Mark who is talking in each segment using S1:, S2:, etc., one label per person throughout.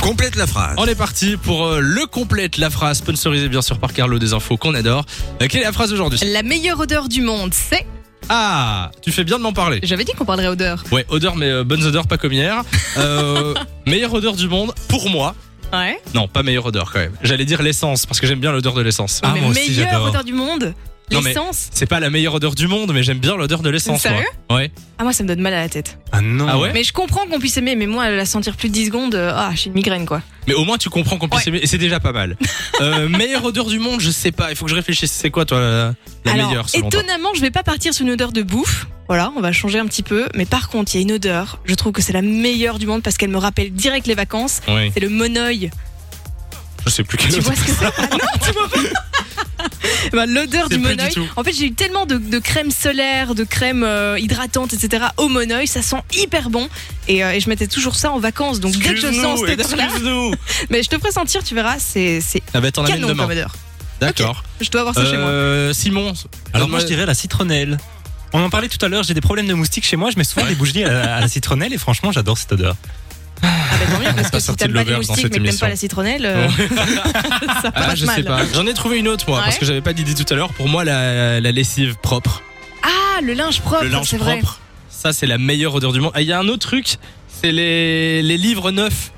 S1: Complète la phrase.
S2: On est parti pour euh, le complète la phrase sponsorisée bien sûr par Carlo des infos qu'on adore. Euh, quelle est la phrase d'aujourd'hui
S3: La meilleure odeur du monde, c'est.
S2: Ah, tu fais bien de m'en parler.
S3: J'avais dit qu'on parlerait odeur.
S2: Ouais, odeur mais euh, bonnes odeurs pas comme hier. Euh, meilleure odeur du monde pour moi.
S3: Ouais.
S2: Non, pas meilleure odeur quand même. J'allais dire l'essence parce que j'aime bien l'odeur de l'essence.
S1: Ah,
S3: Oh, mais
S1: moi aussi,
S3: meilleure
S1: j'adore.
S3: odeur du monde,
S2: Non, mais-
S3: l'essence.
S2: C'est pas la meilleure odeur du monde, mais j'aime bien l'odeur de l'essence. moi.
S3: Sérieux
S2: Ouais.
S3: Ah, moi, ça me donne mal à la tête.
S1: Ah non.
S2: Ah ouais
S3: Mais je comprends qu'on puisse aimer, mais moi, la sentir plus de 10 secondes, euh, ah, j'ai une migraine, quoi.
S2: Mais au moins tu comprends qu'on puisse
S3: Ouais.
S2: aimer, et c'est déjà pas mal. Euh, meilleure odeur du monde, je sais pas. Il faut que je réfléchisse. C'est quoi toi la, la
S3: Alors,
S2: meilleure selon toi
S3: étonnamment, je vais pas partir sur une odeur de bouffe. Voilà, on va changer un petit peu. Mais par contre, il y a une odeur, je trouve que c'est la meilleure du monde parce qu'elle me rappelle direct les vacances.
S2: Oui.
S3: C'est le monoeil.
S2: Je sais plus quelle
S3: Tu vois
S2: odeur.
S3: ce que c'est Ah Non, tu vois pas Bah, L'odeur
S2: C'est
S3: du
S2: plus du
S3: monoeil.
S2: tout.
S3: En fait, j'ai eu tellement de, de crème solaire, de crème euh, hydratante, etc. au monoeil, ça sent hyper bon. Et, euh, et je mettais toujours ça en vacances. Donc dès que je sens cette odeur-là,
S1: Excuse-nous.
S3: mais je te ferai sentir, tu verras, c'est c'est
S2: Ah bah t'en amènes
S3: canon
S2: demain.
S3: comme odeur.
S2: D'accord.
S3: Je dois avoir ça chez moi.
S2: Euh, Simon.
S1: Alors moi je dirais la citronnelle. On en parlait tout à l'heure, j'ai des problèmes de moustiques chez moi, je mets souvent des bougies à la, à la citronnelle et franchement j'adore cette odeur.
S3: Ah bah, tant mieux, parce
S2: pas
S3: que si
S2: sorti
S3: t'aimes
S2: de
S3: pas les
S2: l'auberge dans cette
S3: moustiques mais que t'aimes
S2: émission.
S3: pas la citronnelle, euh, ça passe
S2: Ah, je
S3: mal.
S2: sais pas. J'en ai trouvé une autre moi
S3: Ouais.
S2: parce que j'avais pas d'idée tout à l'heure. Pour moi la, la lessive propre,
S3: Ah, le linge propre,
S2: le linge
S3: c'est vrai.
S2: propre, ça c'est la meilleure odeur du monde. Ah, Il y a un autre truc, c'est les, les livres neufs.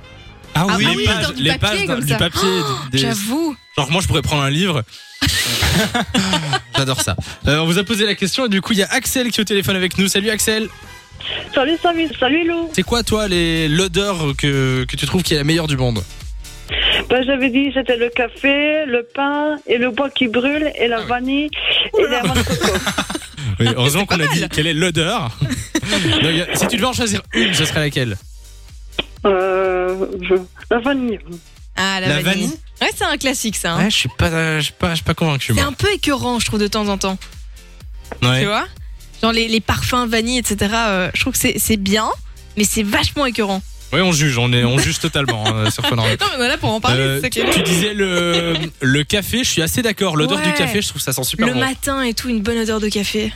S3: Ah oui,
S2: les pages,
S3: dans du
S2: les pages
S3: papier, comme
S2: du
S3: ça. Oh,
S2: papier. des-
S3: J'avoue.
S2: Genre moi je pourrais prendre un livre. J'adore ça. Euh, on vous a posé la question et du coup il y a Axel qui est au téléphone avec nous. Salut Axel.
S4: Salut, salut, salut Lou.
S2: C'est quoi toi les l'odeur que, que tu trouves qui est la meilleure du monde
S4: Ben, j'avais dit c'était le café, le pain et le bois qui brûle et
S1: Ah
S4: la vanille et la
S2: Oui, heureusement qu'on a
S3: mal.
S2: dit quelle est l'odeur. Donc, euh, si tu devais en choisir une, ce serait laquelle
S4: euh, je- la vanille.
S3: Ah, la,
S2: La
S3: vanille.
S2: vanille
S3: Ouais, c'est un classique ça. hein.
S2: je suis pas, euh, je suis pas, je suis pas convaincu.
S3: C'est
S2: moi.
S3: un peu écœurant, je trouve, de temps en temps.
S2: Ouais.
S3: Tu vois Genre les, les parfums vanille, etc. euh, je trouve que c'est- c'est bien, mais c'est vachement écœurant.
S2: Ouais, on juge, on est, on juge totalement hein, sur Fun Radio.
S3: Non, mais on est là pour en parler,
S2: Euh,
S3: c'est ça qui
S2: tu,
S3: est
S2: tu disais le, le café, je suis assez d'accord. L'odeur
S3: Ouais.
S2: du café, je trouve que ça sent super
S3: Le
S2: bon.
S3: matin et tout, une bonne odeur de café.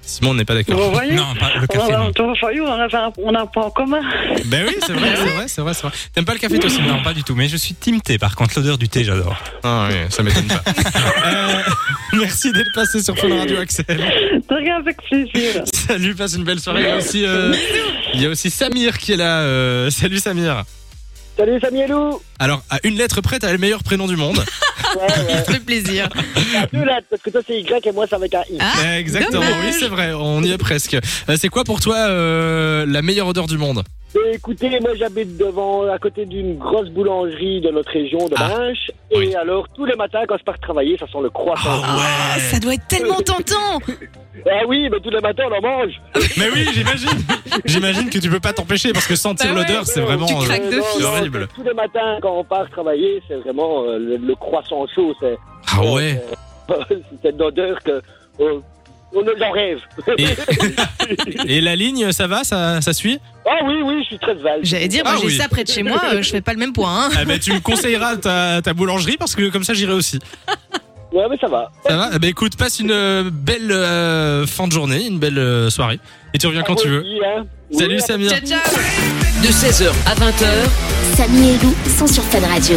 S2: Simon, on n'est pas
S4: Vous
S2: d'accord.
S4: voyez Oh
S1: Non, pas le
S4: on
S1: café.
S4: a,
S1: non.
S4: on a failli, on en avait un- on a un point en commun.
S2: ben oui, c'est vrai, c'est vrai, c'est vrai, c'est vrai. T'aimes pas le café toi, Simon
S1: Non, pas du tout, mais je suis team thé par contre, l'odeur du thé j'adore.
S2: Ah oui, ça m'étonne pas. Euh, merci d'être passé sur Fun Radio, Axel.
S4: De rien, avec plaisir.
S2: Salut, passe une belle soirée. Il y a aussi, euh, il y a aussi Samir qui est là. euh, salut Samir.
S4: Salut Samuel Lou.
S2: Alors, à une lettre près, t'as le meilleur prénom du monde.
S5: Ouais, ouais.
S3: Ça fait plaisir.
S5: À deux lettres, parce que toi c'est Y et moi c'est avec un I.
S3: Ah,
S2: Eh, Exactement,
S3: dommage.
S2: oui, c'est vrai, on y est presque. Euh, c'est quoi pour toi euh, la meilleure odeur du monde
S5: Mais écoutez, moi j'habite devant, à côté d'une grosse boulangerie de notre région de
S2: Ah.
S5: Binche.
S2: Oui.
S5: Et alors tous les matins quand je pars travailler, ça sent le croissant.
S3: Ah, ça doit être tellement tentant.
S5: Ah oui, mais tous les matins on en mange.
S2: Mais oui, j'imagine. J'imagine que tu peux pas t'empêcher parce que sentir
S3: Bah ouais.
S2: l'odeur, c'est vraiment.
S3: Tu
S2: euh,
S3: craques. Craque de
S5: Non,
S2: fils.
S5: non,
S2: Horrible.
S5: Tous les matins quand on part travailler, c'est vraiment euh, le, le croissant chaud. C'est
S2: Ah ouais.
S5: c'est cette odeur que euh, on en rêve.
S2: Et, et la ligne, ça va, ça, ça suit
S5: Ah oui, oui, je suis très vague.
S3: J'allais dire, moi
S2: Ah
S3: j'ai
S2: oui.
S3: ça près de chez moi, euh, je fais pas le même point. hein.
S2: Ah bah, tu me conseilleras ta, ta boulangerie parce que comme ça j'irai aussi.
S5: Ouais, mais ça va.
S2: Ça va Ah Bah écoute, passe une euh, belle euh, fin de journée, une belle euh, soirée et tu reviens
S3: Ah,
S2: quand tu veux.
S5: Oui, hein. Oui,
S2: Salut Samir.
S3: Ciao, ciao.
S6: De 16h à 20h,
S7: Samy et Lou sont sur Fun Radio.